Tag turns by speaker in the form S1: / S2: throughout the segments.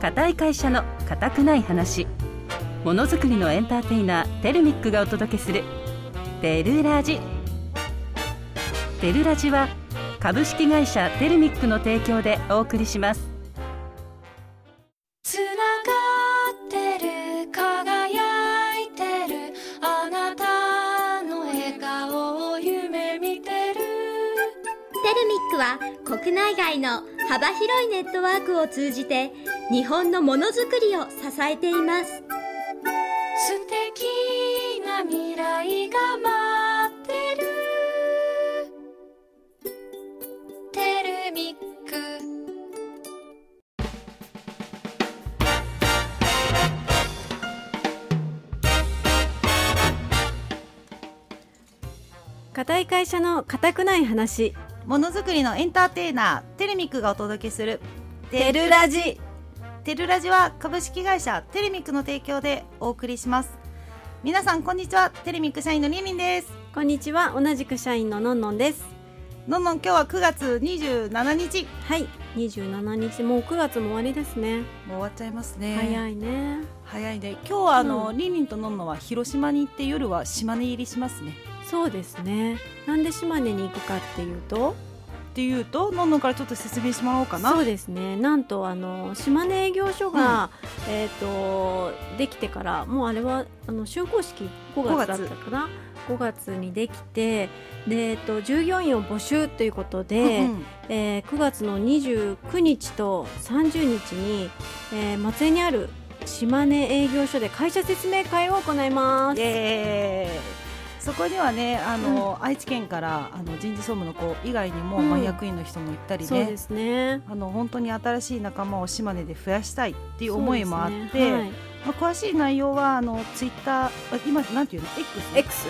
S1: 固い会社の固くない話ものづくりのエンターテイナーテルミックがお届けする「テルラジ」テルラジは株式会社テルミックの提供でお送りします
S2: つながってる輝いてるあなたの笑顔を夢見てる
S3: テルミックは国内外の幅広いネットワークを通じて日本のものづくりを支えています
S2: 素敵な未来が待ってるテルミック
S4: 固い会社の固くない話
S5: ものづくりのエンターテイナーテルミックがお届けする
S4: テルラジ
S5: テルラジは株式会社テルミックの提供でお送りします皆さんこんにちはテルミック社員のりんりんです
S4: こんにちは同じく社員ののんのんです
S5: のんのん今日は9月27日
S4: はい27日もう9月も終わりですね
S5: もう終わっちゃいますね
S4: 早いね
S5: 早いね今日はあの、
S4: うん
S5: りんりんとのんのんは広島に行って夜は島根入りしますね
S4: そうですねなんで島根に行くかっていうと
S5: っていうとのんのんからちょっと説明してもらおうかな
S4: そうですねなんとあの島根営業所が、えっ、とできてからもうあれはあの竣工式5月だったかな5月にできてで、えっと従業員を募集ということで、
S5: うんうん
S4: えー9月の29日と30日に、えー松江にある島根営業所で会社説明会を行いま
S5: イ
S4: す。
S5: エーイそこにはねあの、愛知県からあの人事総務の子以外にも、
S4: うん
S5: まあ、役員の人も行ったり
S4: そう
S5: ね
S4: ですね。
S5: あの本当に新しい仲間を島根で増やしたいっていう思いもあって、
S4: そうですねはい
S5: まあ、詳しい内容はあのツイッターあ今なんていうの X,
S4: X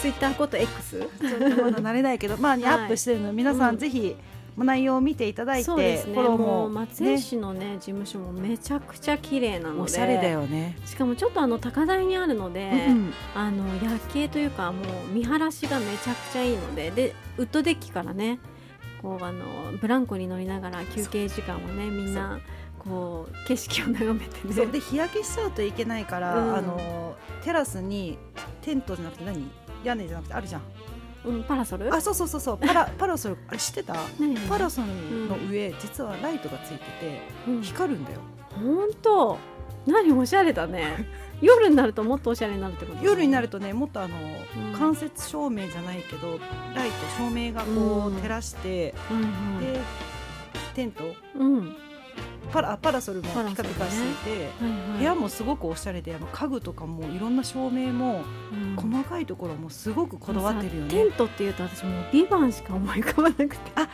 S4: ツイッターこと X
S5: ちょっとまだ慣れないけ ど、まあね
S4: はい
S5: アップしてるので皆さ
S4: うんん
S5: ぜひ、まあ内容を見ていただいて
S4: そうですね
S5: フォロー
S4: も
S5: も
S4: う松江市のね事務所もめちゃくちゃ綺麗なので
S5: おしゃれだよね。
S4: しかもちょっとあの高台にあるので、
S5: うん
S4: あの夜景というかもう見晴らしがめちゃくちゃいいのででウッドデッキからねこうあのブランコに乗りながら休憩時間をねみんなこう景色を眺めて
S5: うん
S4: ね
S5: そうで日焼けしちゃうといけないから、
S4: うん
S5: あのテラスにテントじゃなくて何屋根じゃなくてあるじゃん。
S4: うん、パラソル
S5: あそうそうそうそうパラパラソルあれ知ってた？
S4: 何
S5: パラソルの上、実はライトがついてて
S4: うん
S5: 光るんだよ。
S4: ほんと何おしゃれ だね夜になるともっとおしゃれになるってこと
S5: 夜になる
S4: と
S5: とねもっとあの、
S4: うん
S5: 間接照明じゃないけどライト照明がこ
S4: うん
S5: う照らして、
S4: うん
S5: でテント
S4: うん、うん
S5: パラパラソルも
S4: パラソ
S5: ピ
S4: ルね
S5: カピカしていて、
S4: はいはい、
S5: 部屋もすごくおしゃれであの家具とかもいろんな照明も、
S4: うん
S5: 細かいところもすごくこだわってるよ
S4: テ
S5: ね
S4: ン。トっていうと私もうビバンしか思い浮かばなくて
S5: あ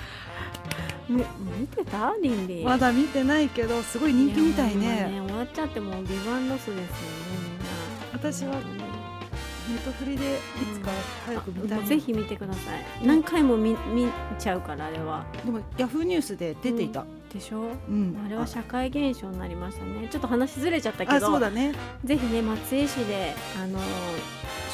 S4: む見てたリンリン
S5: まだ見てないけどすごい人気みたい
S4: や
S5: ね。
S4: もう終わっちゃってもうビバンロスですよねみんな
S5: 私は
S4: 本
S5: ネットフリでいつか早く
S4: 当
S5: 見
S4: に
S5: た
S4: あ
S5: い
S4: もう
S5: な。
S4: ぜひ見てください何回も見見ちゃうからあれは
S5: でもヤフーニュースで出ていた。
S4: でしょ
S5: うん。
S4: あれは社会現象になりましたねちょっと話ずれちゃった
S5: あ
S4: け
S5: そう
S4: ど
S5: だね。
S4: ぜひね松江市であの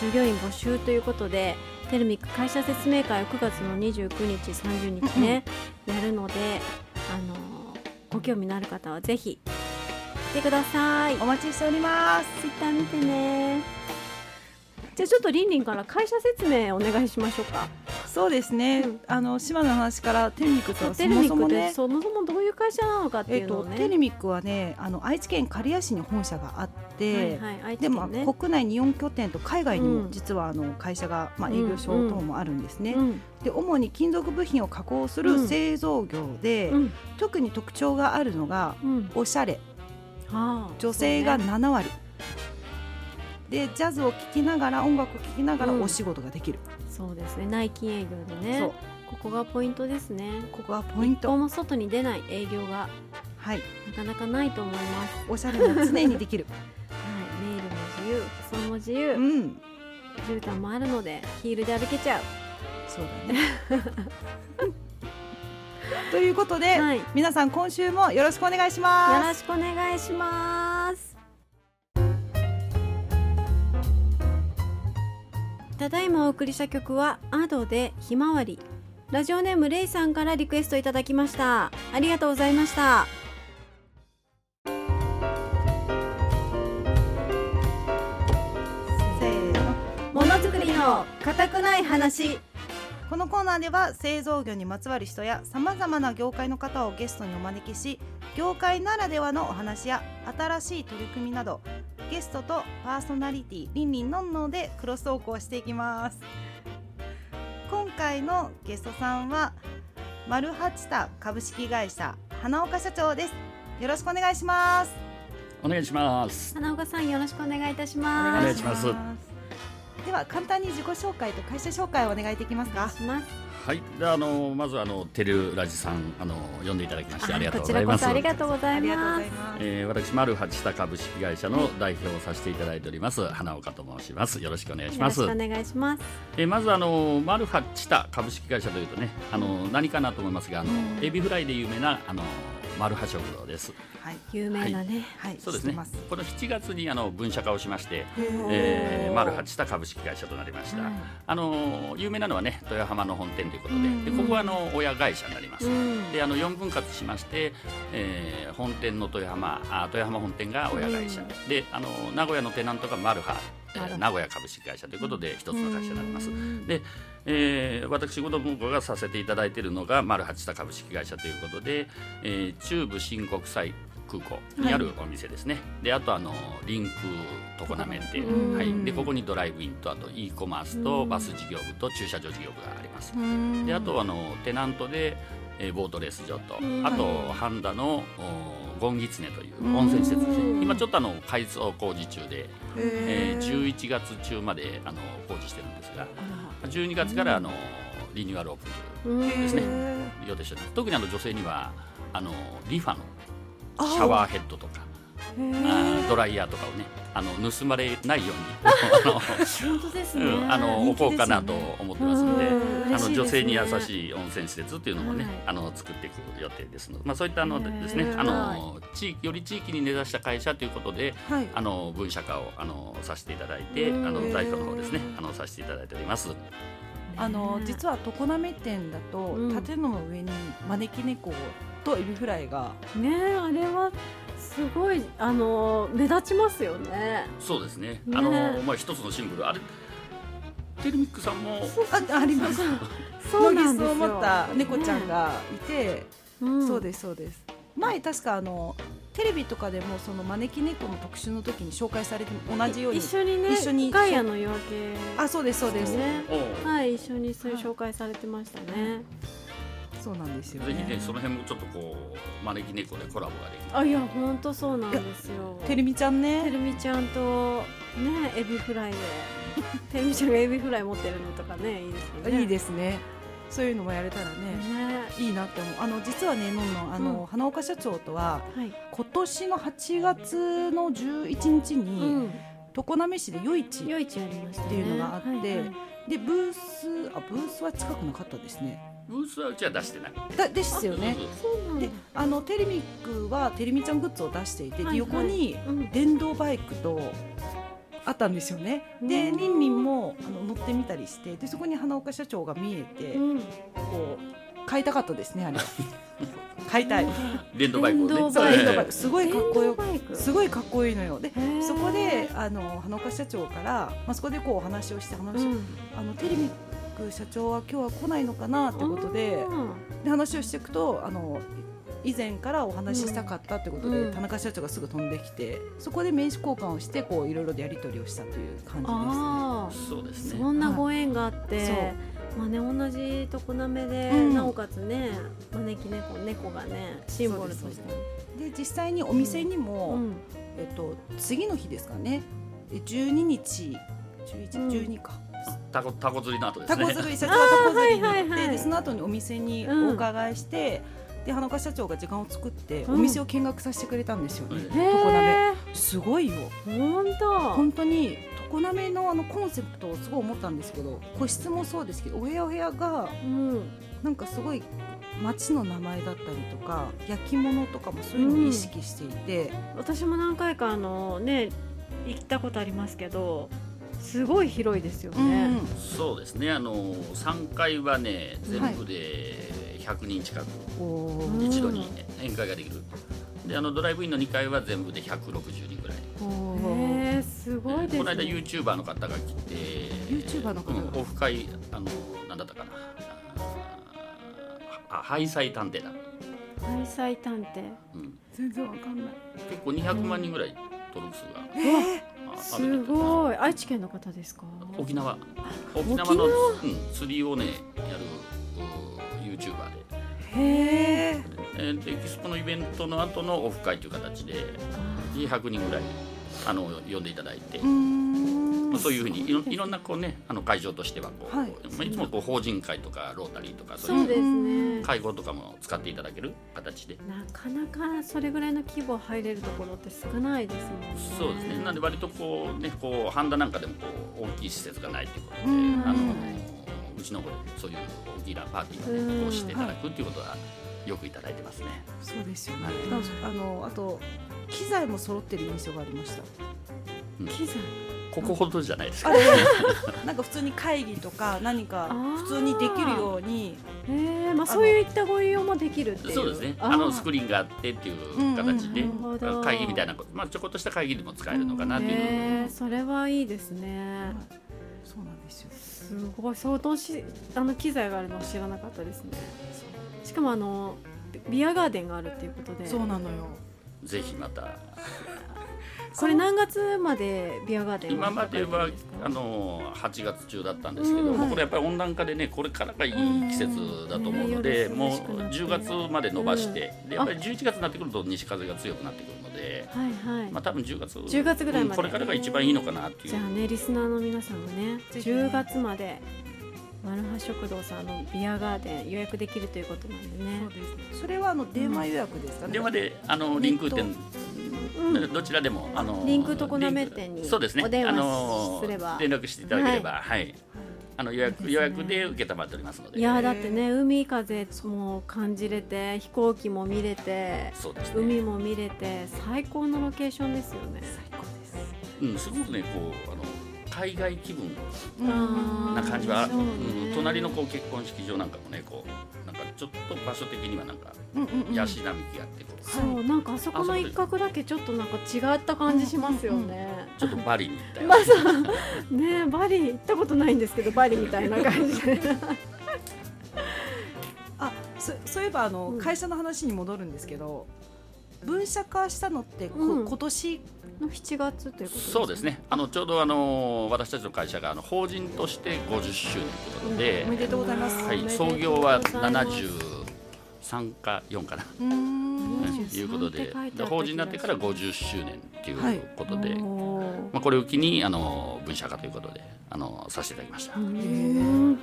S4: 従業員募集ということでテルミック会社説明会を9月の29日30日ね、やるのであのご興味のある方はぜひ来てください
S5: お待ちしております。
S4: ツイッター見てねじゃあちょっとりんりんから会社説明お願いしましょうか
S5: そうですね、
S4: うん
S5: あの島の話からテルミックとは
S4: テ
S5: そ
S4: ル
S5: も
S4: ミ
S5: そ
S4: ック
S5: も
S4: って
S5: ね
S4: そもそもどういう会社なのかって
S5: え
S4: い
S5: っ
S4: うの
S5: と
S4: をね、
S5: テルミックはねあの愛知県刈谷市に本社があって、
S4: はいはい、愛知
S5: で
S4: 県
S5: も
S4: ね
S5: 国内に4拠点と海外に
S4: う
S5: も
S4: ん
S5: 実はあの会社が、まあ、
S4: う
S5: 営
S4: ん
S5: 業所等もあるんですね、
S4: うん
S5: で主に金属部品を加工す
S4: うん
S5: る製造業で、
S4: うん
S5: 特に特徴があるのが
S4: うん
S5: おしゃれ
S4: ああ
S5: 女性が
S4: そうね
S5: 7割、でジャズを聴きながら音楽を聴きながら
S4: うん
S5: お仕事ができる、
S4: そうですね内勤営業でね
S5: そう
S4: ここがポイントですね
S5: ここはポイン
S4: 一歩
S5: ト
S4: も外に出ない営業が
S5: はい
S4: なかなかないと思います、
S5: おしゃれも常にで きる
S4: はい、ネイルも自由服装も自
S5: う
S4: 由
S5: ん
S4: 絨毯もあるのでヒールで歩けちゃう
S5: そうだね。 ということで、
S4: はい
S5: 皆さん今週もよろしくお願いし
S4: よ
S5: ま
S4: ろ
S5: す。
S4: しくお願いしますただいまお送りした曲はアドでひまわりラジオネームレイさんからリクエストいただきましたありがとうございました固くない話
S5: このコーナーでは製造業にまつわる人やさまざまな業界の方をゲストにお招きし業界ならではのお話や新しい取り組みなどゲストとパーソナリティリンリンのんのんでクロストークをしていきます今回のゲストさんはマルハチタ株式会社花岡社長ですよろしくお願いします
S6: お願いします。
S4: 花岡さんよろしくお願いいたし
S6: お
S4: ます
S6: 願いします
S5: では簡単に自己紹介と会社紹介をお願いできます
S4: お願
S5: か
S4: いします
S6: はい、であのまずあのテルラジさんあの呼んでいただきましてありがとう
S4: こち
S6: ござ
S4: ら
S6: い
S4: こ
S6: ます
S4: そあ。りがとうござ
S5: あ
S4: い
S5: りがとうご
S4: ま
S5: ざ
S4: す
S5: います
S6: えー、私マルハチタ株式会社の代表をさせていただいております花岡と申します。よろしくお願いします。
S4: よろしくお願いします
S6: えーまずあのマルハチタ株式会社というとねあの何かなと思いますがあのエビフライで有名なあのマルハ食堂です。
S5: はい
S4: 有名なね、
S5: はい
S6: そうです
S5: 知って
S6: ね
S5: ます。
S6: この7月にあの分社化をしまして、
S5: ー
S6: えー、マルハチタ株式会社となりました。あの有名なのはね豊浜の本店ということで,、でここはあの親会社になります。
S4: うん
S6: であの4分割しまして、えー本店の豊浜あ豊浜本店が親会社、であの名古屋のテナントがマルハ、えー
S4: マルハ
S6: 名古屋株式会社ということで一つの会社になります、で、えー、私子どもがさせていただいているのがマルハチタ株式会社ということで、えー中部新国際空港にあるお店ですね、であとあのリンク常滑店、
S4: うん
S6: はい、でここにドライブインとあと e コマースとバス事業部と駐車場事業部があります、であとはあのテナントで、えーボートレース場と、あとハンダのおゴンギツネという温泉施設ですね今ちょっとあの改装工事中で、えー11月中まであの工事してるんですが12月からあのリニューアルオープン
S4: うん
S6: というですね予定しております特にあの女性にはあのリファのシャワーヘッドとかあードライヤーとかをねあの盗まれ ないようにあの
S4: 本当ですね、
S6: うん、あの置こうかなと思ってますので、
S4: うん
S6: あの
S4: 嬉しいですね
S6: 女性に優しい温泉施設っていうのもね、
S4: はい
S6: あの作っていく予定ですので、まあそういったあの
S4: へー
S6: ですね、あの地域より地域に根ざした会社ということで、
S5: はい
S6: あの分社化をあのさせていただいて、あ
S4: うん
S6: の代表の方ですね、あのさせていただいております。
S5: あの実は常滑店だと、
S4: うん
S5: 建物の上に招き猫とエビフライが
S4: ねえあれはすごいあの目立ちますよね
S6: そうですね、
S4: ね
S6: あのまあ一つのシングルあれ、テルミックさんも
S5: ああります
S4: そう
S5: ノ
S4: な
S5: ギ
S4: ん
S5: ス
S4: ですよ
S5: を持った猫ちゃん、がいて、そう
S4: す
S5: ですそうです前確かあのテレビとかでもその招き猫の特集の時に紹介されて同じように
S4: 一緒にね
S5: 一緒に
S4: ガイアの夜明け
S5: あそうですそうです、
S4: ね
S6: おう
S4: はい一緒にそういう紹介されてましたね、
S5: そうなんです
S6: ぜ
S5: よ
S6: ひね
S5: ね
S6: その辺もちょっとこう招き猫でコラボができる。
S4: あいや本当そうなんですよ
S5: てるみちゃん
S4: て
S5: ね
S4: るみちゃんとねエビフラ イでてるみちゃんがエビフライ持ってるのとかねいいですよね
S5: いい
S4: す
S5: ですねそういうのもやれたらね、
S4: ね
S5: いいなって思うあの実はねのんのんあの、
S4: うん
S5: 花岡社長とは
S4: はい、
S5: 今年の8月の11日に、
S4: うん、
S5: 常滑市で夜市
S4: 夜市ありましたね
S5: っていうのがあって
S4: はいはい
S5: でブースあブースは近くなかったですね
S6: ブースはうちは出してない。
S5: だですよね
S6: そうそ
S4: そ
S6: う
S4: うなんだ
S5: であのテレミックはテレミちゃんグッズを出していて、で
S4: はいはい
S5: 横に
S4: うん
S5: 電動バイクとあったんですよねで
S4: うん
S5: りんりんもあの乗ってみたりしてでそこに花岡社長が見えて、
S4: うん、
S5: こう買いたかったですねあれ 買いたい
S6: 電動バイクをね。
S4: 電動
S5: そう
S4: バイク
S5: 電動バイ
S6: え
S5: クすごいかっこよ
S4: 電動バイク
S5: すごいかっこいいのよで
S4: へー
S5: そこであの花岡社長から、まあ、そこでこうお話をして話をして、
S4: うん
S5: あのテレミック社長は今日は来ないのかなってことでで話をしていくとあの以前からお話ししたかったってことで、
S4: うん
S5: 田中社長がすぐ飛んできてそこで名刺交換をしてこういろいろでやり取りをしたという感じ
S4: ああ
S6: えそうですね。
S4: そんなご縁があって、
S5: はいそう
S4: まあね同じ常滑で、
S5: うん
S4: なおかつね招き猫猫がねシンボルとして、
S5: ですねで実際にお店にも、
S4: うん、
S5: えっと、次の日ですかねえ12日
S4: うん
S5: 11 12か、
S6: タコタコ釣りの後です
S5: タ
S6: ね。
S5: コ釣り社長はタコ釣りに行って、
S4: はいはいはい
S5: でその後にお店に
S4: うん
S5: お伺いして、で花岡社長が時間を作って、
S4: うん
S5: お店を見学させてくれたんです よね、
S6: え
S5: 常滑すごいよ
S4: 本
S5: 本当に常滑のあのコンセプトをすごい思ったんですけど個室もそうですけどお部屋お部屋が
S4: 当、うん、
S5: なんかすごい町の名前だったりとか焼き物とかもそういうのを意識していて、
S4: 私も何回かあのね行ったことありますけどすごい広いですよね、
S5: うん
S6: そうですね。あの三回はね全部で100人近く
S5: こ
S4: うん
S6: 一度に宴会ができる。であのドライブインの2回は全部で160人ぐらい。
S5: うこう
S4: へえすごいですね。
S6: この間ユーチューバーの方が来て、
S5: YouTuber の方が
S6: うんオフ会あのなんだったかな、ああ廃材探偵だ。
S4: 愛妻探偵。
S6: うん、
S5: 全然わかんない
S6: 結構200万人ぐらい登録数が、あある
S4: す
S6: みたい
S4: ごい。愛知県の方ですか。
S6: 沖縄沖縄のうん釣りをねやるユーチューバーで。
S5: へえ
S6: えー、でエキスポのイベントの後のオフ会という形で100人ぐらいあの呼んでいただいて、
S5: うーん
S6: まあ、そういうふうにいろいろんなこう、ね、あの会場としてはこう、
S5: はい
S6: いまあ、いつもこう法人会とかロータリーとかそ
S4: そ
S6: う
S4: う
S6: い
S4: で
S6: う
S4: す
S5: うん
S4: ね。
S6: 会合とかも使っていただける形で。
S4: なかなかそれぐらいの規模入れるところって少ないですもんね。
S6: そうですね、なんで割とこうねこう半田なんかでもこう大きい施設がないということで、
S5: うん
S6: あのうちの方でそういう大きなパーティーを、ね
S4: うん
S6: こうしていただくっていうことはよくいただいてますね。
S5: そうですよね
S6: はい
S5: だからあのあと機材も揃ってる印象がありました
S4: 機材。
S6: ここほどじゃないですか
S5: あ。れなんか普通に会議とか何か普通にできるように
S4: ええまあそういったご利用もできるっていう。
S6: そうですね。
S4: あー
S6: あのスクリーンがあってっていう形で、
S5: うん
S4: うんうんなるほど
S6: 会議みたいなこと、まあちょこっとした会議でも使えるのかなっていう。
S4: ええそれはいいですね。
S5: そうなんですよ
S4: すごい相当しあの機材があるのは知らなかったですね。しかもあのビビアガーデンがあるっていうことで、
S5: そうなのよ
S6: ぜひまた
S4: これ何月までビアガーデン
S6: 今まではあ
S4: あの
S6: の8月中だったんですけど、
S4: うん
S6: もうこれやっぱり温暖化でねこれからがいい季節だと思うので、
S4: うん
S6: もう
S4: ね夜涼し
S6: 10
S4: くなって
S6: 月まで伸ばして、でやっぱり11月になってくると西風が強くなってくるので、
S4: はいはい。
S6: まあ多分10月
S4: 10月ぐらいまで
S6: うんこれからが一番いいのかなってい
S4: じゃあ
S6: う。
S4: ねリスナーの皆さんもね
S5: ぜひね
S4: 10月までマルハ食堂さんのビアガーデン予約できるということなんでね
S5: そうですそれはあの電話予約ですかね
S6: 電話であのリンク店
S4: うん
S6: どちらでもあの
S4: リンクとこなめ店に
S6: リンクそうですね
S4: お電話
S6: あの
S4: すれば
S6: 連絡していただければはい、あの予約予約で受けたまっておりますので
S4: いやーだってね海風も感じれて飛行機も見れて
S6: そうですね
S4: 海も見れて最高のロケーションですよね
S5: 最高です
S6: うんすごくねこうあの海外気分
S4: あー
S6: な感じは、
S4: そうね
S6: うん隣のこう結婚式場なんかもねこうなんかちょっと場所的にはなんか
S5: うんうんうん
S6: ヤシ並木があってこう、
S4: そうなんかあそこの一角だけちょっとなんか違った感じしますよね、
S6: ちょっとバリに行ったよ、
S4: まあそう ねえバリ行ったことないんですけどバリみたいな感じで
S5: あそそういえばあの、
S4: うん
S5: 会社の話に戻るんですけど分社化したのってこ、
S4: うん
S5: 今年
S4: の7月ということ
S6: そうですねあのちょうどあの私たちの会社があの法人として50周年ということで、
S5: おめでとうございます、
S6: は
S4: おめ
S6: い、
S4: でとう
S6: 創
S4: ございます
S6: 業は73か4かな
S5: うーん
S6: と
S4: うん
S6: いうこ
S4: 73
S6: と
S4: っ
S6: で
S4: て書いてあった気がす
S6: で
S4: る
S6: 法人になってから50周年ということで、ま
S4: おー
S6: あ、これを機にあの分社化ということであのさせていただきました、
S4: うん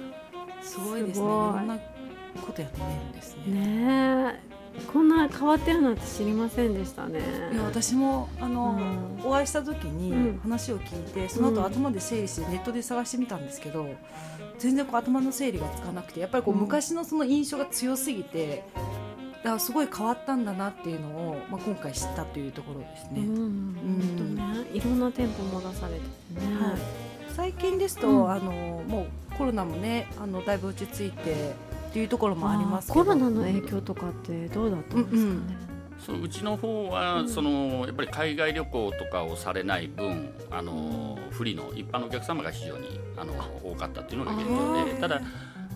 S5: すごいですね
S4: す
S5: い
S4: ごい
S5: ろんなことやってみるんですね
S4: ねえこんな変わってるなんて知りませんでしたね
S5: いや私もあの、
S4: う
S5: お会いした時
S4: う
S5: に
S4: ん
S5: 話を聞いて、その後
S4: うん
S5: 頭で整理してネットで探してみたんですけど全然こう頭の整理がつかなくてやっぱりこう、
S4: うん
S5: 昔のその印象が強すぎてだからすごい変わったんだなっていうのを、まあ、今回知ったというところです
S4: う
S5: ね。
S4: ん本当ねいろんな店舗も出されててね、
S5: はい、最近ですと、
S4: うん
S5: あのもうコロナもねあのだいぶ落ち着いてっていうところもありますけ
S4: あ
S5: ど
S4: ーコロナの影響とかってどうだったんですかね、
S6: そううちの方は、そのやっぱり海外旅行とかをされない分あの不利の一般のお客様が非常にあの多かったっていうのが現状でただ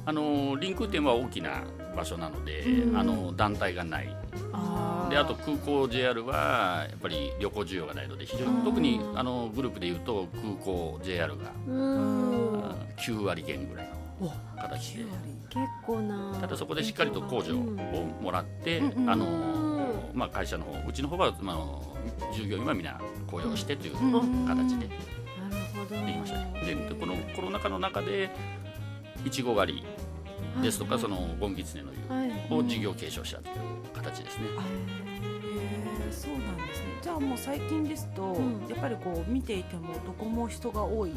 S6: あの臨空店は大きな場所なので、
S4: うん
S6: あの団体がない
S4: あー
S6: であと空港 JR はやっぱり旅行需要がないので非常
S4: あー
S6: に特にあのグループでいうと空港 JR が
S4: うん
S6: あー9割減ぐらいの形で
S5: 9割
S4: 結構な
S6: ただそこでしっかりと控除を
S4: うん
S6: もらって
S5: うんうん
S6: あのまあ会社の方うちの方はまああの従業員はみんな雇用してという
S5: うん
S6: 形
S4: な
S6: で
S4: るほど
S6: できましたねででこのコロナ禍の中でいちご狩りですとかそ
S4: の、
S6: のゴンギツネの湯
S4: はい
S6: を事業継承したという形ですね。
S5: へーそうなんですねじゃあもう最近ですと、
S4: ん
S5: やっぱりこう見ていてもどこも人が多い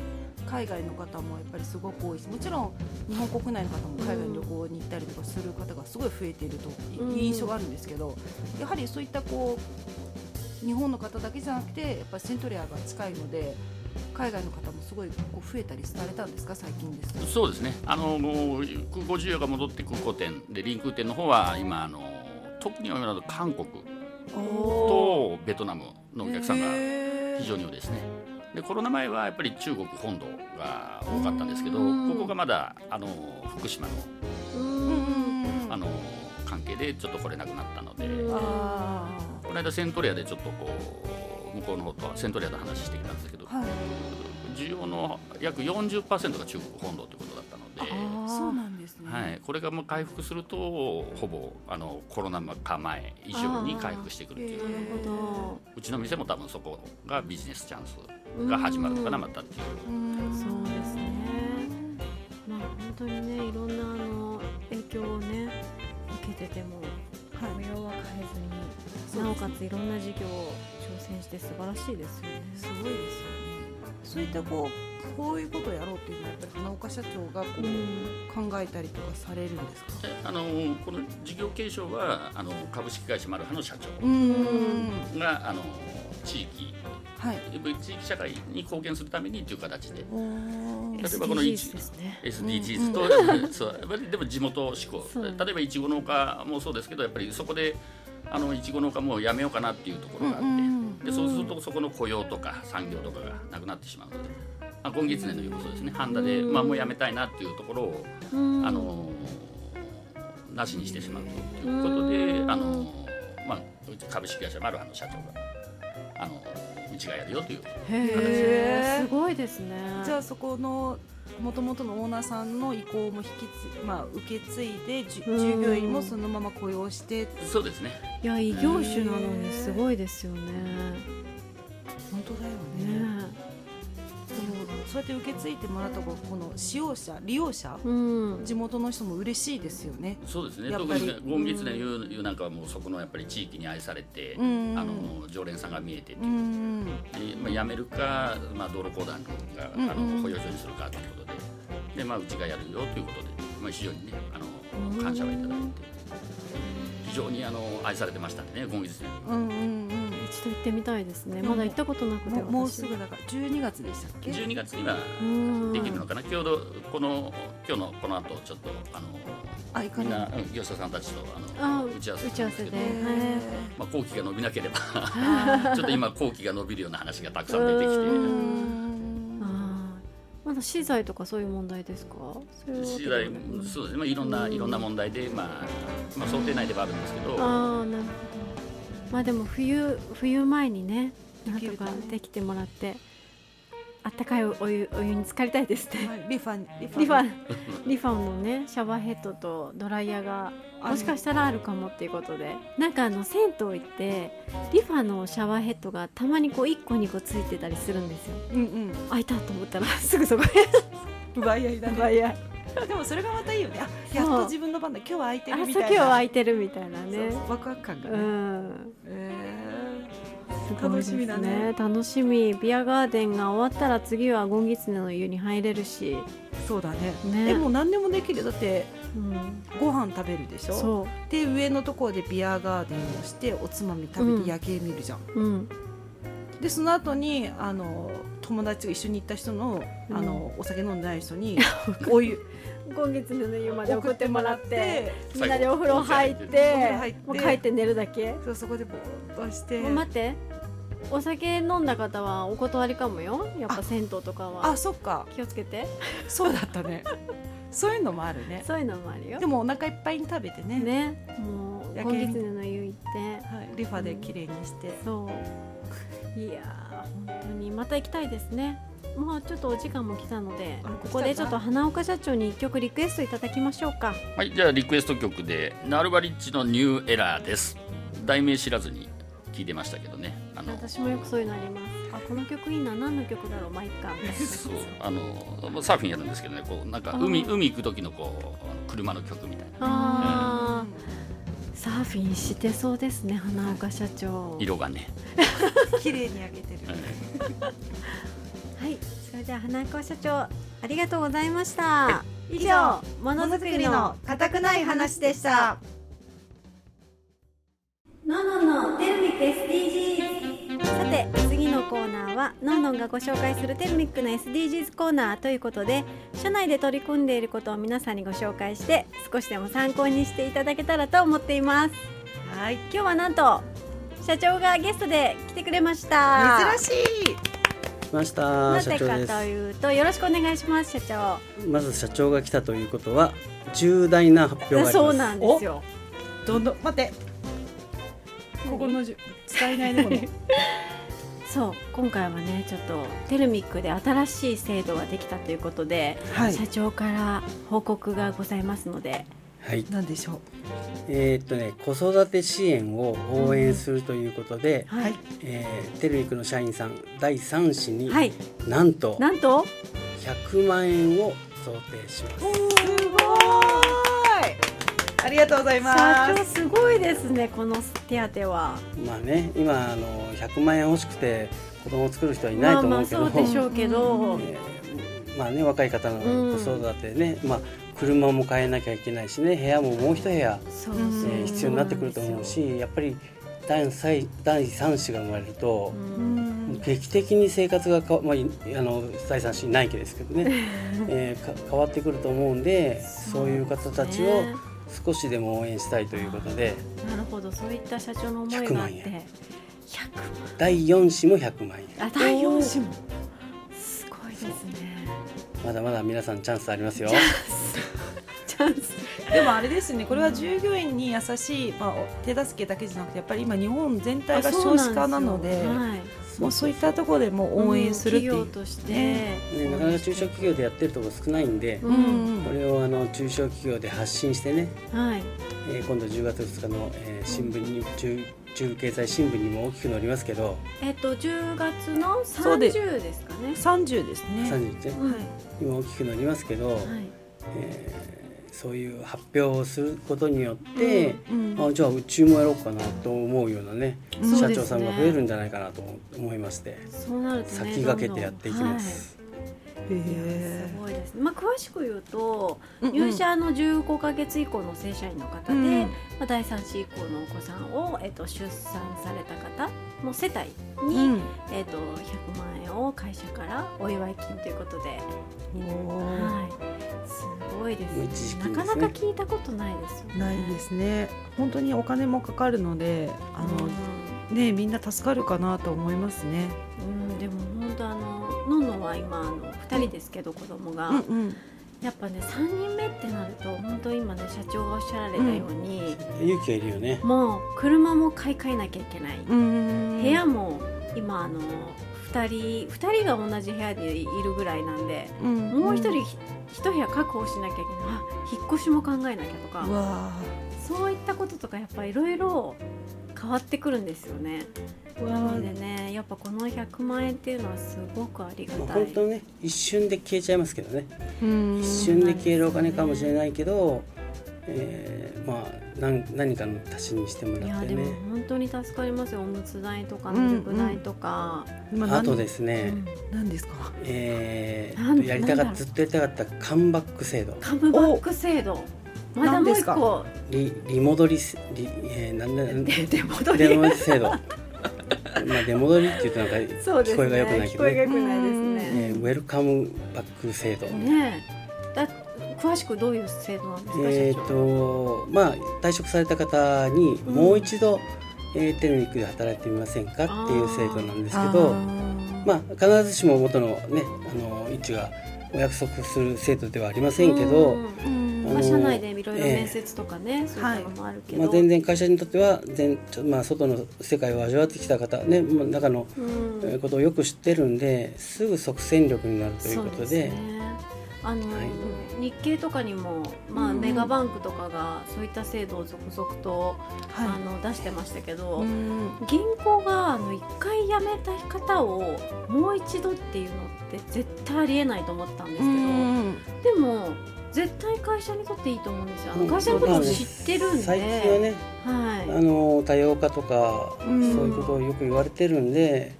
S5: 海外の方もやっぱりすごく多いしもちろん日本国内の方も海外に旅行に行ったりとかする方がすごい増えているとい
S4: うん
S5: いう印象があるんですけど、やはりそういったこう日本の方だけじゃなくてやっぱりセントレアが近いので海外の方もすごいこう増えたりされたんですか最近ですと。
S6: そうですねあのもう空港需要が戻って空港店で臨空店の方は今あの特に今だと韓国
S5: お
S6: とベトナムのお客さんが
S5: へー
S6: 非常に多いですねでコロナ前はやっぱり中国本土が多かったんですけど
S4: うん
S6: ここがまだあの福島の
S5: うんうんうん
S6: あの関係でちょっと来れなくなったので
S5: あ
S6: この間セントリアでちょっとこう向こうの方とはセントリアと話してきたんですけど
S5: ーはい
S6: 需要の約40%が中国本土ということだったので。
S5: そうなんですね
S6: はい、これがもう回復するとほぼあのコロナ禍前以上に回復してくるっていう
S5: あーへー
S4: なるほ
S6: うちの店も多分そこがビジネスチャンス
S4: ど
S6: が始まるのかな
S4: うん
S6: またっていう
S5: う
S4: そう
S5: で
S4: ですね。まあ本当にねいろんなあの影響をね受けてても
S5: はい
S4: 雇用は変えずに、なおかついろんな事業を挑戦して素晴らしいですよね。
S5: すごいですよねそういったこうこういうことをやろうっていうのはやっぱり花岡社長がこ
S4: うん
S5: う考えたりとかされるんですか
S6: であのこの事業継承はあの株式会社マルハの社
S5: う
S6: 長
S5: ん
S6: があの地域
S5: はい
S6: 地域社会に貢献するためにという形で
S5: おー
S6: 例えばこの一
S4: SDGs ですね。
S6: SDGs と、 そうやっぱりでも地元志向
S4: そう
S6: 例えばいちご農家もそうですけどやっぱりそこであのいちご農家もうやめようかなっていうところがあって、
S5: うん
S6: でそうするとそこの雇用とか産業とかがなくなってしまうので、まあ、今月年の時もそうですねハンダで、まあ、もうやめたいなっていうところを、
S4: うん
S6: あのーなしにしてしまうということで、
S4: うん
S6: あのーまあ、うち株式会社マルハの社長が、あのーうちがやるよという
S4: へ
S5: へ
S4: ー
S5: ー
S4: すごいですね。
S5: じゃあそこの元々のオーナーさんの意向も引きつ、まあ、受け継いでじゅ
S4: うん
S5: 従業員もそのまま雇用して
S6: そうですね
S4: いや異業種なのにすごいですよね。
S5: 本当だよ
S4: ね
S5: でもそうやって受け継いでもらったこうこの使用者利用者
S4: え。うん。
S5: 地元の人も嬉しいですよね。
S6: そうですね
S5: やっ
S6: 特
S5: ぱり
S6: に今月年いういうなんかはもうそこのやっぱり地域に愛されて、
S5: うん
S6: あのー常連さんが見えてって
S5: う
S6: いうんでまあ、辞めるか、まあ、道路公団が、
S5: うんうん
S6: あの保養所にするかということでで、まあ、うちがやるよということで、まあ、非常にねあ
S4: うん
S6: の感謝をいただいて非常にあの愛されてましたんでね今月ね
S5: うんうん
S4: 一度行ってみたいですね。
S5: も
S4: ま
S5: う
S4: だ行ったことなく
S5: うん
S4: て
S5: もうもう
S4: 私
S5: すぐだから12月でしたっけ
S6: 12月には
S4: うん
S6: できるのかな、今日のこの今日のこの後ちょっとあの
S5: あ行か
S6: みん
S5: れ
S6: な
S5: る
S6: うん業者さんたちとあ
S4: あ
S6: の打ち合わせ
S4: 打ち合わせで
S6: したんですけどまあ、後期が伸びな ければちょっと今後期が伸びるような話がたくさん出てき
S4: う
S6: て。
S5: うん
S4: あーまだ資材とかそういう問題ですかそういうわけ
S6: 次
S4: では
S6: 第
S4: ない
S6: そうですね、まあ、いろんな、
S4: うん
S6: いろんな問題で、まあ、まあ想定内ではあるんですけど、
S4: ああなるほどまあでも冬冬前にねなん
S5: でき
S4: と
S5: ると
S4: か
S5: ね
S4: できてもらってあったかいお湯お湯に浸かりたいです ね、
S5: はいリファンリファン
S4: リファンリファンのねシャワーヘッドとドライヤーがもしかしたらあるかもっていうことでなんかあの銭湯行ってリファのシャワーヘッドがたまにこう1個2個ついてたりするんですよ
S5: うんうん
S4: 開いたと思ったらすぐそ こへ
S5: 奪い合いだね
S4: ドライヤー
S5: でもそれがまたいいよねあやっと自分の番だ今日は空いてるみ
S4: 朝
S5: た
S4: 今
S5: い
S4: 日
S5: な
S4: は空いてるみたいなね
S5: そうワクワク感が
S4: う
S5: ね、
S4: ん
S5: え
S4: すごいです
S5: 楽しみだね
S4: 楽しみビアガーデンが終わったら次はゴンギツネの湯に入れるし
S5: ーそうだね
S4: ね
S5: えもう何でもできるよだって
S4: うん、
S5: ご飯食べるでしょ
S4: そ
S5: で上のところでビアガーデンをしておつまみ食べて夜景見るじゃん、
S4: ううん
S5: でその後にあの友達が一緒に行った人の,、
S4: うん
S5: あのお酒飲んでない人 にお湯
S4: ゴンギツネの湯まで送ってもらってみ
S6: み
S4: ん
S6: ん
S4: な
S6: な
S4: で
S6: で
S4: お
S6: お
S4: 風
S6: 風
S4: 呂
S6: 呂
S4: 入
S6: 入
S4: っ
S6: って
S5: て
S4: もう帰って寝るだけ
S5: そうそこでぼーっとして
S4: もう待ってお酒飲んだ方はお断りかもよやっぱ銭湯とかは
S5: あそっか
S4: 気をつけて
S5: そうだったね そういうのもあるね
S4: そういうのもあるよ
S5: でもお腹いっぱいに食べてね
S4: ねもう
S5: 夜景
S4: ゴンギツネの湯行って
S5: はい、リファで綺麗にして、
S4: そういやー本当にまた行きたいですねもうちょっとお時間も来たので
S5: あ
S4: ここで
S5: 来
S4: ち
S5: た
S4: ょ
S5: か
S4: っと花岡社長に一曲リクエストいただきましょうか
S6: はい、じゃあリクエスト曲で「ナルバリッチのニューエラー」です題名知らずに聞いてましたけどねあの
S4: 私もよくそういうのありますあこの曲いいな何の曲だろう毎回
S6: そうあのサーフィンやるんですけどねこうなんか海
S4: あー
S6: 海行く時のこう車の曲みたいな
S4: あーサーフィンしてそうですね花岡社長
S6: 色がね、
S5: 綺麗に焼けてる
S6: うん
S4: はい、それでは花岡社長ありがとうございました。以上、ものづくりの
S5: 固くない話でした
S4: のんのんのテルミック SDGs さて次のコーナーはのんのんがご紹介するテルミックの SDGs コーナーということで社内で取り組んでいることを皆さんにご紹介して少しでも参考にしていただけたらと思っています
S5: はい
S4: 今日はなんと社長がゲストで来てくれました
S5: 珍しい
S7: まし
S4: な
S7: た社
S4: ぜ
S7: 長
S4: か
S7: です
S4: というとよろしくお願いします社
S7: まず社長が来たということは重大な発表があり
S4: 長
S7: ます
S4: そうなんですよ
S5: どんどん待ってここのじゅ使えないねこ の
S4: そう今回はねちょっとテルミックで新しい制度ができたということで、
S5: はい
S4: 社長から報告がございますので
S7: はい
S5: なんでしょ
S7: えーっとね子育て支援を応援するということで、
S5: うはい
S7: えーテルミクの社員さん第3子に、
S4: はい
S7: なんと
S4: なんと
S7: 100万円を想定します
S5: すごーいありがとうございま
S4: 社
S5: す
S4: 長すごいですねこの手当は
S7: まあね今あの100万円欲しくて子供を作る人はいないと思うけ
S4: ま
S7: ど、
S4: あまあそうでしょうけど、
S7: えーまあね若い方の子育てね、まあ車も変えなきゃいけないしね部屋ももう一部屋、
S4: そう
S5: う
S7: え
S5: ん
S4: そう
S7: ー必要になってくると思うし、やっぱり第3第3子が生まれると
S5: う
S4: う、
S5: んん
S7: 劇的に生活がかわ、まあ、いあの第3子いないけですけどね、えーか変わってくると思うんでそういう方たちを
S4: ね
S7: 少しでも応援したいということで
S4: なるほどそういった社長の思いがあって
S7: 100万円
S4: 100
S7: 第4子も100万円
S4: 万あ第4子もすごいですね
S7: まだまだ皆さんチャンスありますよ。
S4: チャンス
S5: でもあれですねこれは従業員に優しい、まあ、お手助けだけじゃなくてやっぱり今日本全体が少子化なので
S4: そうなんすよはい
S5: もうそういったところでもう応援するっていう、
S4: うん企業として、
S5: ね
S7: ね、なかなか中小企業でやってるところ少ないんで、
S4: う
S5: うん
S4: ん
S5: うん
S7: これをあの中小企業で発信してね、
S4: はい
S7: えー今度10月2日の、えー新聞に中中経済新聞にも大きく載りますけど、
S4: えっと10月の
S5: そうで
S4: 30ですかね
S5: 30ですね
S7: 30日ね、
S4: はい
S7: 今大きく載りますけど、
S4: はい
S7: えーそういう発表をすることによって、
S5: うん
S7: あじゃあうちもやろうかなと思うようなね、
S5: うん
S7: 社長さんが増えるんじゃないかなと思いまして、
S4: そうなるとね
S7: 先駆けてやっていきま、す。
S5: へ
S4: どんどんはいいや
S5: え
S4: すごいですねまあ詳しく言うと
S5: うんうん
S4: 入社の15か月以降の正社員の方で、
S5: うん
S4: まあ、第3子以降のお子さんを、えっと出産された方の世帯に、
S5: うん
S4: えっと100万円を会社からお祝い金ということで、
S5: おー
S4: はい、すごいですね
S7: 一時金ですね
S4: なかなか聞いたことないですよね。
S5: ないですね本当にお金もかかるのであの、ねみんな助かるかなと思いますね
S4: うん、うんでも本当あののんのんは今あの2人ですけど子供が、
S5: うん
S4: やっぱね3人目ってなると本当今ね社長がおっしゃられたように、
S7: 勇気がいるよね。
S4: もう車も買い替えなきゃいけない、
S5: うん
S4: 部屋も今あの2人2人が同じ部屋でいるぐらいなんでもう一人ひ一部屋確保しなきゃいけないあ引っ越しも考えなきゃとか
S5: うわ
S4: そういったこととかやっぱいろいろ変わってくるんですよね。
S5: ー
S4: なのでねやっぱこの100万円っていうのはすごくありが
S7: まあ
S4: たい
S7: 本。当ね一瞬で消えちゃいますけどね
S5: うん
S7: 一瞬で消えるお金かもしれないけど、えーまあ何何かの足しにしても
S4: い
S7: ら
S4: や
S7: って
S4: でも
S7: ね
S4: 本当に助かりますよおむつ代とかミルク代とか、
S5: 今
S7: あと
S5: 何
S7: ですね、
S4: うん
S5: 何ですか
S7: えー
S4: なん
S7: やりたか
S4: なんだろ
S7: っ
S4: う
S7: ずっとやりたかったカムバック制度
S4: カムバック制度まだもう一個
S7: リリモドリスリ、えー、なんだなん
S4: 出て戻り
S7: 出戻り制度まあ出戻りって言うとなんか
S4: そうで
S7: 聞
S4: す
S7: こ
S4: ね
S7: えが良くないけど
S4: 聞こ
S7: ね
S4: えが良くないですね。
S7: えーウェルカムバック制度、
S4: ねえだ詳しくどういう制度なんですか、
S7: え
S4: 社
S7: ー、
S4: 長。
S7: とまあ退職された方にもう一度、えーテルミックで働いてみませんかっていう制度なんですけどまあ、必ずしも元のねあの一致がお約束する制度ではありませんけど、
S4: うん
S5: うん
S7: あ
S4: ま
S7: の
S4: あ、社内でいろいろ面接とかね、そういったのもあるけど、
S7: まあ、全然会社にとっては全、ちょまあ、外の世界を味わってきた方、ね、まあ中の
S4: うん
S7: えーことをよく知ってるんですぐ即戦力になるという
S4: そう
S7: こ
S4: で
S7: と
S4: す
S7: で
S4: ね。あの
S7: はい
S4: 日経とかにも、まあ、
S5: うん
S4: メガバンクとかがそういった制度を続々と、あ
S5: は
S4: の出してましたけ
S5: い
S4: ど、
S5: うん
S4: 銀行があの一回辞めた方をもう一度っていうのって絶対ありえないと思ったんですけど、でも絶対会社にとっていいと思うんですよあの
S7: うん
S4: 会社のことを知ってるんで、
S7: 最近はね、
S4: は
S7: あの多様化とか、
S5: うん
S7: そういうことをよく言われてるんで、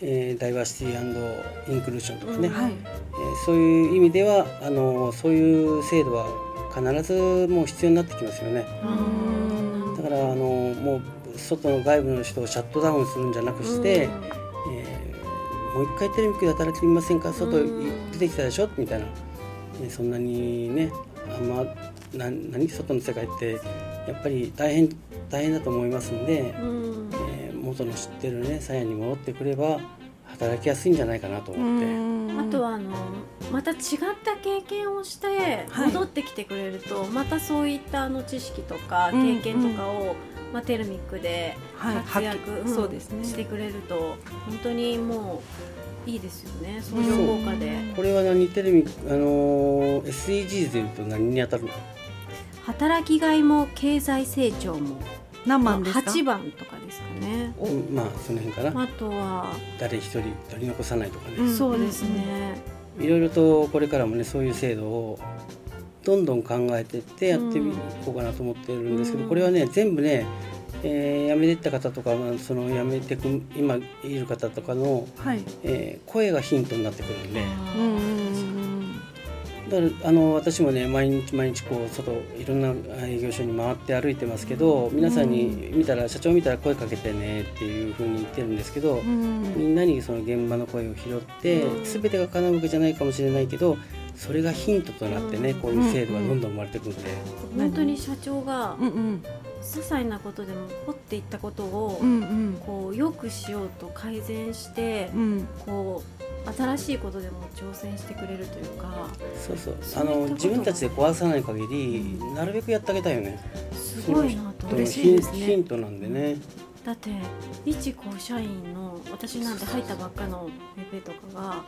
S7: えーダイバーシティインクルーションとかね、
S4: うん
S5: はい
S7: えーそういう意味ではあのそういう制度は必ずもう必要になってきますよね
S4: い、うん
S7: だからあのもう外の外部の人をシャットダウンするんじゃなくして、えーもう一回テレビ局で働いてみませんか外い
S4: うん
S7: 出てきたでしょみたいな、えーそんなにねあんまな何外の世界ってやっぱり大変大変だと思いますんで、
S4: うんうん
S7: えー元の知ってるねさやに戻ってくれば働きやすいんじゃないかなと思って。
S4: あとはあのまた違った経験をして
S5: はい
S4: 戻ってきてくれると、またそういったあの知識とか
S5: うんうん
S4: 経験とかを、まあ、テルミックで
S5: はい
S4: 活
S5: 発
S4: 躍、
S5: 揮
S4: うん
S5: そうですね
S4: してくれると本当にもういいですよね相乗効果で
S7: これは何テレビあのー SDGs でいうと何に当たるの
S4: 働きがいも経済成長も
S5: 何
S4: まあ
S5: 番ですか
S4: 8番とかですかね
S7: うんまあその辺かな
S4: あとは、
S7: 誰一人取り残さないとかね、
S5: うん
S4: そうですね、
S7: いろいろとこれからもねそういう制度をどんどん考えてってやっていこうかなと思ってるんですけど、
S4: うん
S7: これはね全部ね、えー辞めてった方とかまあその辞めてく今いる方とかの、
S5: はい
S7: えー声がヒントになってくるんで
S5: うんうんうん
S7: だからあの私もね毎日毎日こう外いろんな営業所に回って歩いてますけど皆さんに見たら、社長見たら声かけてねっていうふうに言ってるんですけど、
S5: うん
S7: みんなにその現場の声を拾って、
S4: うん
S7: 全てが叶うわけじゃないかもしれないけどそれがヒントとなってね、
S4: うん
S7: こういう制度がどんどん生まれてくるんで、
S4: 本当に社長が
S5: うんうん
S4: 些細なことでもポッていったことを、
S5: うんうん
S4: こうよくしようと改善して、
S5: うん
S4: こう新しいことでも挑戦してくれるというか
S7: そうそう
S4: そう
S7: あ
S4: いったこ
S7: の
S4: とが
S7: 自分たちで壊さない限り、なるべくやってあげたいよね
S4: すごいなと
S7: その
S4: 嬉しいで
S7: 人
S4: す
S7: のヒンヒン
S4: ね
S7: トなんでね
S4: だって一公社員の私なんて入ったばっかのペペとか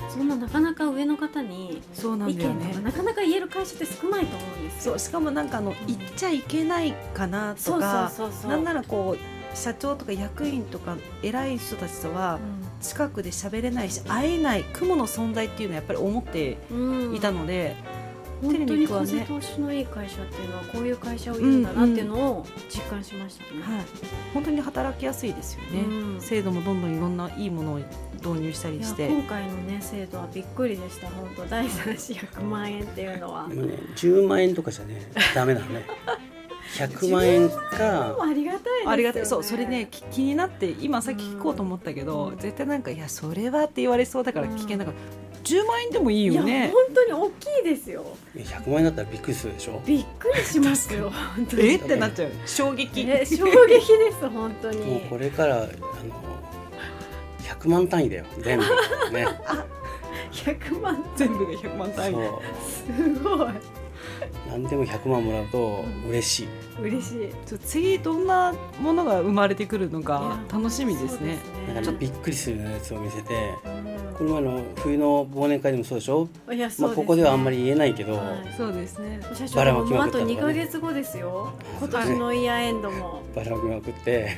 S4: がそんななかなか上の方に
S5: そうな
S4: 意
S5: んだよ
S4: 見と
S5: ね
S4: かなかなか言える会社って少ないと思うんです
S5: そ
S4: よ
S5: うしかもなんかあの言っちゃいけないかなとか
S4: そうそうそうそう
S5: なんならこう社長とか役員とか偉い人たちとは近くで喋れないし会えない雲の存在っていうのはやっぱり思って
S4: うん
S5: いたので、
S4: 本当
S5: テレビ
S4: に
S5: はね
S4: 風通しのいい会社っていうのはこういう会社を言うんだなっていうのを実感しましたね。
S5: はい、本当に働きやすいですよね、
S4: うん
S5: 制度もどんどんいろんないいものを導入した
S4: い
S5: り
S4: や
S5: して
S4: 今回のね制度はびっくりでした本当第三子100万円っていうのは
S7: でもね10万円とかじゃねダメなの ね100万円か
S4: ありがたいですよね
S5: ありがたいそうそれねき気になって今さっき聞こうと思ったけど、
S4: うん
S5: 絶対なんか「いやそれは」って言われそうだから
S4: うん
S5: 聞けなかった、10万円でもいいよ
S4: いや
S5: ね
S4: 本当に大きいですよ
S7: 100万円だったらびっくりするでしょ
S4: びっくりしますよ本当に
S5: えってなっちゃう衝撃、
S4: え衝撃です本当
S7: もう
S4: に
S7: これからあの100万単位だよ全部 ね
S4: 100万って
S5: 全部が100万
S7: そ
S5: 単位
S7: う
S4: すごい
S7: 何でも100万もらうと嬉しい
S4: 嬉しい
S5: ちょ次どんなものが生まれてくるのか
S4: いや
S5: 楽しみですね
S4: そう
S7: な
S4: で
S7: んか
S4: す
S7: ねび
S4: ね
S7: っくりするようなやつを見せてこの前の冬の忘年会でもそうでしょ
S4: うんいやそう
S7: まあ、
S4: すね
S7: ここではあんまり言えないけど、
S4: はい
S5: そうですね
S4: 社長
S7: バラ
S4: も
S7: まき
S4: もう
S7: ま
S4: あ
S7: くった
S4: と
S7: とか
S4: 2
S7: ね
S4: か月後ですよ今
S7: そうです
S4: 年
S7: ね
S4: のイヤーエンドも
S7: バラをまくって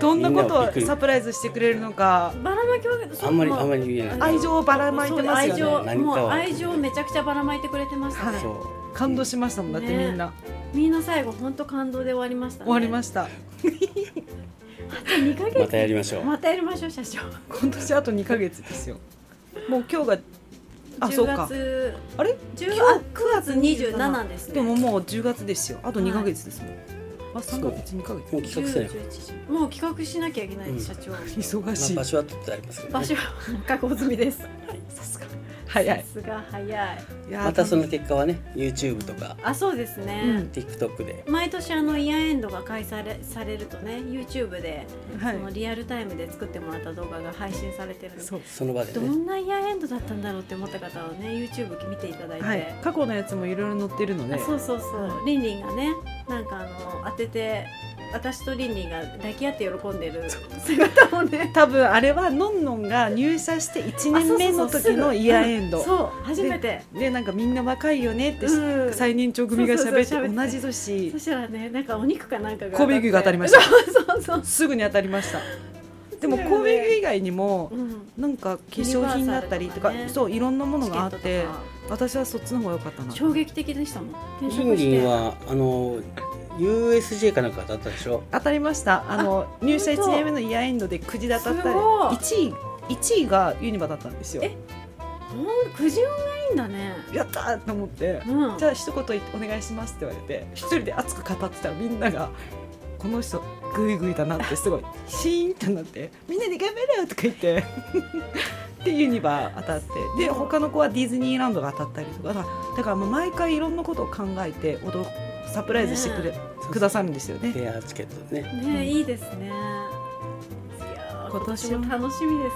S5: どんなこ
S7: みんなをびっ
S5: と
S7: く
S5: を
S7: り
S5: サプライズしてくれるのか
S4: ばらまきはそう
S7: あんまり
S4: う
S7: あんまり言えない
S5: 愛情をばらまいてますよね
S4: そう愛情
S7: 何か
S4: もう
S7: は
S4: 愛情めちゃくちゃばらまいてくれてましたね、
S5: はい
S7: そう
S5: 感動しましたもんだってみんな、
S4: みんな最後本当感動で終わりました、ね、
S5: 終わりま
S4: し
S5: した
S4: た2ヶ月
S7: またやりましょう、
S4: またやりましょう社長
S5: 今年あと2か月ですよもう今日があそう
S4: 10
S5: か
S4: 月
S5: あれ
S4: 10
S5: 今
S4: あ
S5: 日
S4: 9月27ですね
S5: でももう10月ですよあと2か月ですもん、あ3
S7: そう
S5: か月2か
S7: もう企画せよ、
S4: 10もう企画しなきゃいけないです、
S7: うん
S4: 社長
S5: 月忙
S7: ま
S5: し
S7: あ、
S5: い、
S7: 場所は取ってありますけど、
S4: 場
S7: ね
S4: 所、は確保済みです
S5: さすが早い
S4: さすが早い
S5: いやー
S7: またその結果はね YouTube とか
S4: あそうですね、
S5: うん
S7: TikTok で
S4: 毎年あのイヤーエンドが開催されされるとね YouTube で
S5: は
S4: そ
S5: い
S4: のリアルタイムで作ってもらった動画が配信されてるんで
S5: そう
S7: その場で
S4: ど
S7: ね
S4: んなイヤーエンドだったんだろうって思った方はね YouTube 見ていただいて、
S5: はい過去のやつもいろいろ載ってるので
S4: あそうそうそうリンリンがねなんかあの当てて私とリンリンが抱き合って喜んでる姿を ね
S5: 多分あれはのんのんが入社して1年目の時のイヤーエンド
S4: そう初めて
S5: でなんかみんな若いよねって
S4: うん
S5: 最年長組が喋って
S4: そうそうそう喋って
S5: 同じ年
S4: そしたらねなんかお肉かなんかが
S5: 神戸牛が当たりました
S4: そうそうそう、
S5: すぐに当たりましたでも
S4: そう
S5: 神
S4: よね
S5: 戸牛以外にも
S4: うん、
S5: なんか化粧品だったりとか
S4: ユニバーサルとかね
S5: そういろんなもの
S4: チケ
S5: があ
S4: ッ
S5: っ
S4: トと
S5: て
S4: か
S5: 私はそっちの方が良かったな
S4: 衝撃的でしたもん転
S7: リ
S4: 職
S7: ン
S4: し
S7: リン
S4: て
S7: はあの USJ かなんかだったでしょ
S5: 当たりましたあの入社
S4: 本当
S5: 1年目のイヤーエンドでくじで当たった
S4: すごい
S5: 1位1位がユニバだったんですよ
S4: えほんとくじ運がいいんだね
S5: やったーと思って
S4: うん
S5: じゃあ一言言ってお願いしますって言われて一人で熱く語ってたらみんながこの人グイグイだなってすご いシーンってなってみんなで頑張れよとか言って でユニバー当たってで他の子はディズニーランドが当たったりとかだからだからもう毎回いろんなことを考えて驚くサプライズしてくれ、くださるんですよね。
S7: ペアチケットね
S4: ね、いいですねいやー今年も楽しみで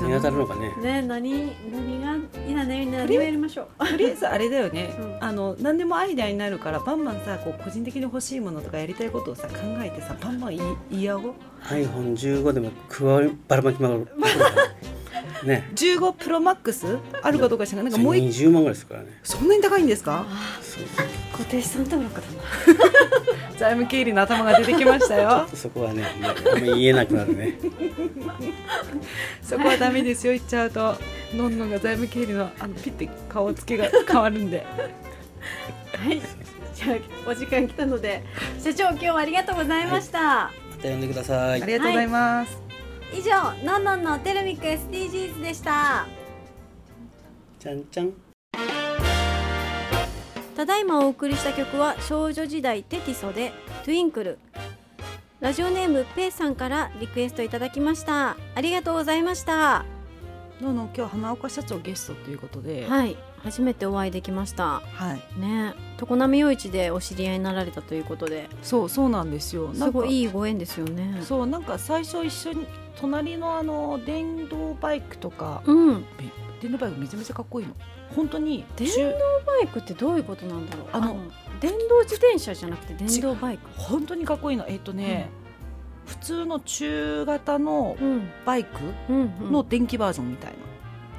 S4: すね。
S7: 何に当たるのかね
S4: ね何何がいいなね何をやりましょう。
S8: とりあえずあれだよね、
S4: うん
S8: あの何でもアイデアになるからバンバンさこう個人的に欲しいものとかやりたいことをさ考えてさバンバン言い言い合おう
S7: iPhone15 でもくわばらまきまくるね
S8: 15プロマックスあるかどうか知らないなんかもう一
S7: 20万ぐらいですからね
S8: そんなに高いんですか
S7: そう
S4: 固定資産登録だな。
S8: 財務経理の頭が出てきましたよ
S7: そこはねもうあんまり言えなくなるね
S8: そこはダメですよ言っちゃうとのんのんが財務経理のあのピッて顔つけ が変わるんで
S4: はい。じゃあお時間来たので社長今日はありがとうございました。
S7: また呼んでください
S8: ありがとうございます、
S4: 以上のんのんのテルミック SDGs でした。
S7: ちゃんちゃん
S4: ただいまお送りした曲は少女時代テティソでトゥインクルラジオネームペイさんからリクエストいただきましたありがとうございました
S5: のの今日花岡社長ゲストということで、
S4: はい初めてお会いできました
S5: はい、
S4: ね常滑陽一でお知り合いになられたということで
S5: そうそうなんですよ。
S4: すごい
S5: い。
S4: いいご縁ですよね
S5: そうなんか最初一緒に隣のあの電動バイクとか
S4: うん
S5: 電動バイクめちゃめちゃかっこいいの。本当に
S4: 電動
S5: 中
S4: バイクってどういうことなんだろう
S5: あの
S4: 電動自転車じゃなくて電動バイク
S5: 本当にかっこいいの。えっ、とね、普通の中型の
S4: うん
S5: バイク
S4: うん、うん、
S5: の電気バージョンみたいな。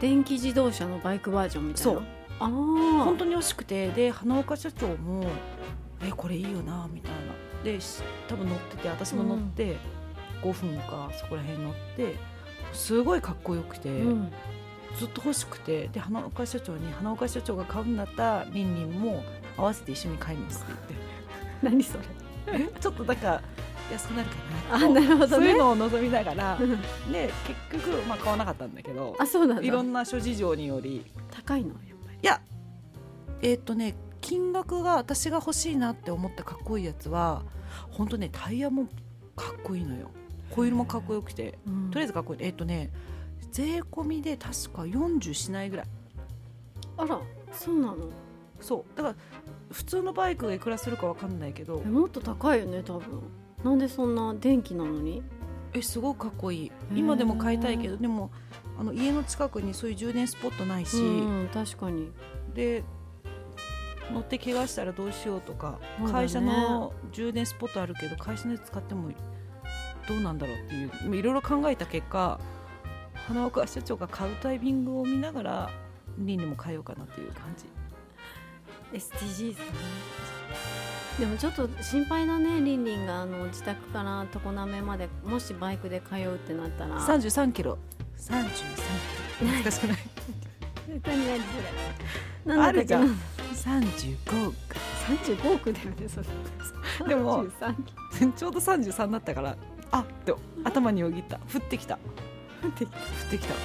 S4: 電気自動車のバイクバージョンみたい
S5: そ
S4: な
S5: う
S4: ああ
S5: 本当に欲しくてで花岡社長もえこれいいよなみたいなでし多分乗ってて私も乗って、5分かそこら辺乗ってすごいかっこよくて、
S4: うん
S5: ずっと欲しくてで花岡社長に花岡社長が買うんだったらりんりんも合わせて一緒に買いますって
S4: 何それ
S5: 言 ってえちょっとなんか安くなるかな
S4: あなるほどね
S5: そういうのを望みなが ら
S4: うん
S5: で結局、まあ、買わなかったんだけど
S4: あそうなんだ
S5: いろんな諸事情により
S4: 高いのやっぱり
S5: いやえーっ、とね金額が私が欲しいなって思ったかっこいいやつは本当ねタイヤもかっこいいのよホイールもかっこよくてとりあえ
S4: ず
S5: ずかっこいいえーっ、とね税込みで確か40しないぐらい
S4: あらそうなの
S5: そうだから普通のバイクがいくらするかわかんないけど
S4: えもっと高いよね多分なんでそんな電気なのに
S5: えすごくかっこいい今でも買いたいけどでもあの家の近くにそういう充電スポットないし、
S4: うん確かに
S5: で乗って怪我したらどうしようとか
S4: そうだね
S5: 会社の充電スポットあるけど会社のやつ使ってもどうなんだろうっていういろいろ考えた結果花岡社長が買うタイミングを見ながらリンにも変えようかなっていう感じ
S4: SDGs ねでもちょっと心配だねりんりんがあの自宅から常滑までもしバイクで通うってなったら
S5: 33キロ33キロ懐かしく ない
S4: 絶対に何それ
S5: あるじゃん
S4: なんだっ
S5: 35
S4: けな35億だよねそれ
S5: でも
S4: 33キ
S5: ちょうど33になったからあって頭によぎった降ってきた降ってきた降ってきた
S4: ロ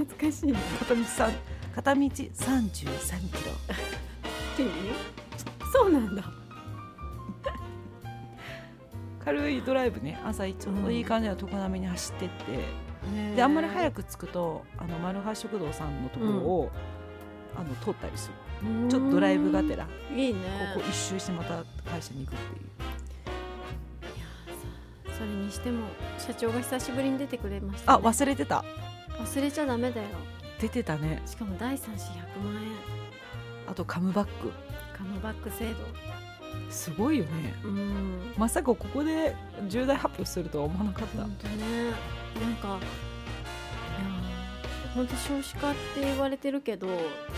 S4: 懐かしいね
S5: 片道三片道33キロ
S4: っていうそうなんだ
S5: 軽いドライブね朝いつもいい感じの常滑に走ってって、であんまり早
S4: く
S5: く着くとあのマルハ食堂さんのところを、あの通ったりするちょっとドライブがてらこ
S4: いいね
S5: こ一周してまた会社に行くっていう
S4: それにしても社長が久しぶりに出てくれました、
S5: あ
S4: ね、
S5: 忘れてた
S4: 忘れちゃダメだよ
S5: 出てたね
S4: しかも第三子100万円
S5: あとカムバック
S4: カムバック制度
S5: すごいよね
S4: うん
S5: まさかここで重大発表するとは思わなかった、
S4: 本当ねなんかいやー本当少子化って言われてるけど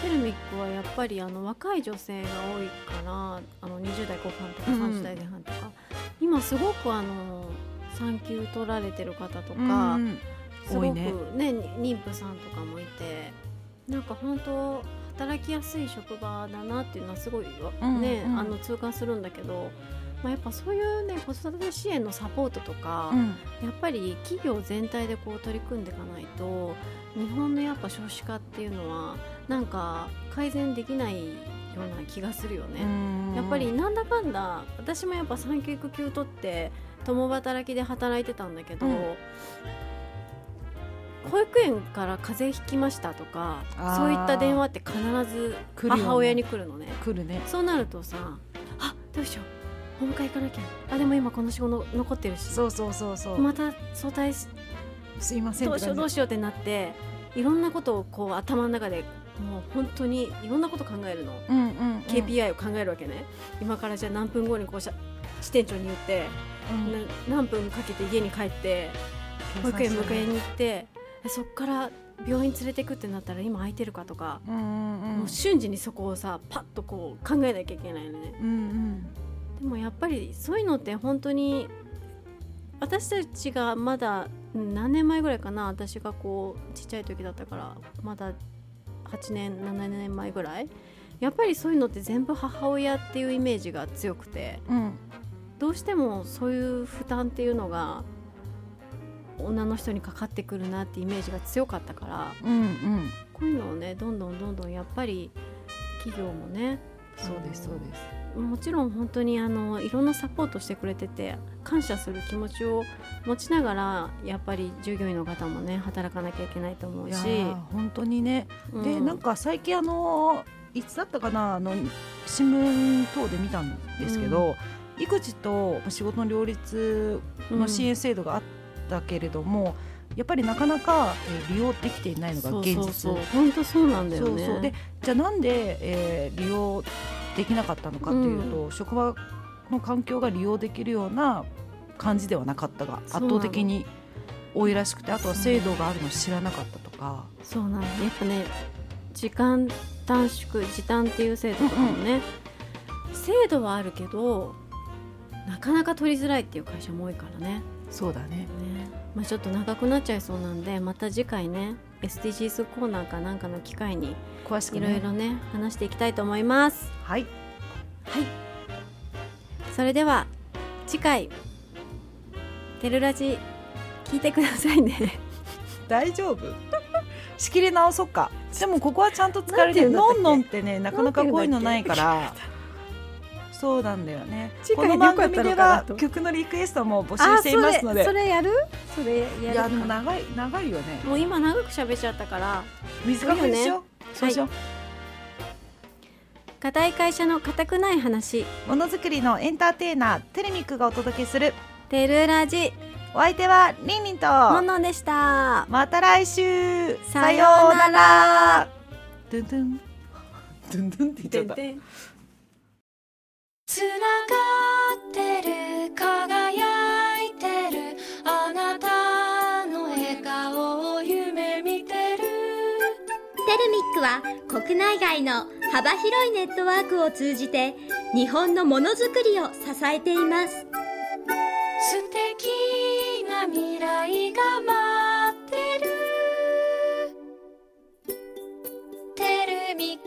S4: テルミックはやっぱりあの若い女性が多いからあの20代後半とか
S5: うん
S4: 30代前半とか、今すごくあの産休取られてる方とか、
S5: うん
S4: すご
S5: 多
S4: く
S5: い
S4: ね
S5: ね
S4: に妊婦さんとかもいてなんか本当働きやすい職場だなっていうのはすごいわ、
S5: うん
S4: ね、
S5: うん
S4: あの痛感するんだけど、まあ、やっぱそういう、ね、子育て支援のサポートとか、
S5: うん
S4: やっぱり企業全体でこう取り組んでいかないと日本のやっぱ少子化っていうのはなんか改善できないような気がするよね。やっぱりなんだかんだ私もやっぱ産休育休取って共働きで働いてたんだけど、
S5: うん
S4: 保育園から風邪ひきましたとか
S5: あー
S4: そういった電話って必ず
S5: 来るよね
S4: 母親に来るのね
S5: 来るね
S4: そうなるとさあどうしよう本会行かなきゃあでも今この仕事残ってるし
S5: そうそうそうそう、
S4: また早退し
S5: すいません
S4: どうしようどう
S5: し
S4: しようってなっていろんなことをこう頭の中でもう本当にいろんなこと考えるの、
S5: よう、うんうんうん
S4: KPI を考えるわけね今からじゃあ何分後にこうしゃ支店長に言って、
S5: うん
S4: な何分かけて家に帰って保育園迎えに行ってえそっから病院連れてくってなったら今空いてるかとか、
S5: うんうん
S4: もう瞬時にそこをさパッとこう考えなきゃいけないのね
S5: うんうん
S4: でもやっぱりそういうのって本当に私たちがまだうん何年前ぐらいかな私がこうちっちゃい時だったからまだ8年7年前ぐらいやっぱりそういうのって全部母親っていうイメージが強くて
S5: うん
S4: どうしてもそういう負担っていうのが女の人にかかってくるなってイメージが強かったから
S5: うんうん
S4: こういうのをねどんどんどんどんやっぱり企業もね
S5: そうですそうです
S4: もちろん本当にあのいろんなサポートしてくれてて感謝する気持ちを持ちながらやっぱり従業員の方もね働かなきゃいけないと思う
S5: い
S4: し
S5: や、ー本当にね
S4: う
S5: でなんか最近あのいつだったかなあの新聞等で見たんですけど、育児と仕事の両立の支援制度があったけれども、やっぱりなかなか、えー利用できていないのが現実
S4: そうそうそう本当そうなんだよね
S5: そうそうでじゃあなんで、えー利用できなかったのかっていうと、職場の環境が利用できるような感じではなかったが
S4: そう
S5: 圧
S4: なの
S5: 倒的に多いらしくてあとは制度があるの知らなかったとか。
S4: そうなんだやっぱね時間短縮時短っていう制度とかもね、制度はあるけどなかなか取りづらいっていう会社も多いからね
S5: そうだね
S4: ねまあ、ちょっと長くなっちゃいそうなんでまた次回ね SDGs コーナーかなんかの機会に
S5: 詳しく
S4: い
S5: ね
S4: ろいろね話していきたいと思います
S5: はい
S4: それでは次回「テルラジ」聞いてくださいね
S5: 大丈夫 仕切り直そっかでもここはちゃんと疲れて
S4: なんて言
S5: る
S4: うんだった
S5: の
S4: っけ
S5: んのんってねなかなかこういうのないからそうなんだよねこの番組では曲のリクエストも募集していますので
S4: それやるそ
S5: い
S4: れやる
S5: や
S4: か
S5: でも長い長いよね
S4: もう今長く喋っちゃったから
S5: 短くしよう、そうしよう、
S4: 固い会社の固くない話
S9: ものづくりのエンターテイナーテルミックがお届けする
S4: 「テルラジ
S9: お相手はリンリンと」
S4: モンノンでした
S9: また来週
S4: さようなら
S9: ドゥンドゥン
S5: ドゥンドゥンって言っちゃった
S2: つながってる輝いてるあなたの笑顔を夢見てる
S3: テルミックは国内外の幅広いネットワークを通じて日本のものづくりを支えています
S2: 素敵な未来が待ってるテルミック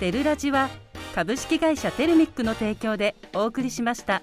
S1: テルラジは株式会社テルミックの提供でお送りしました。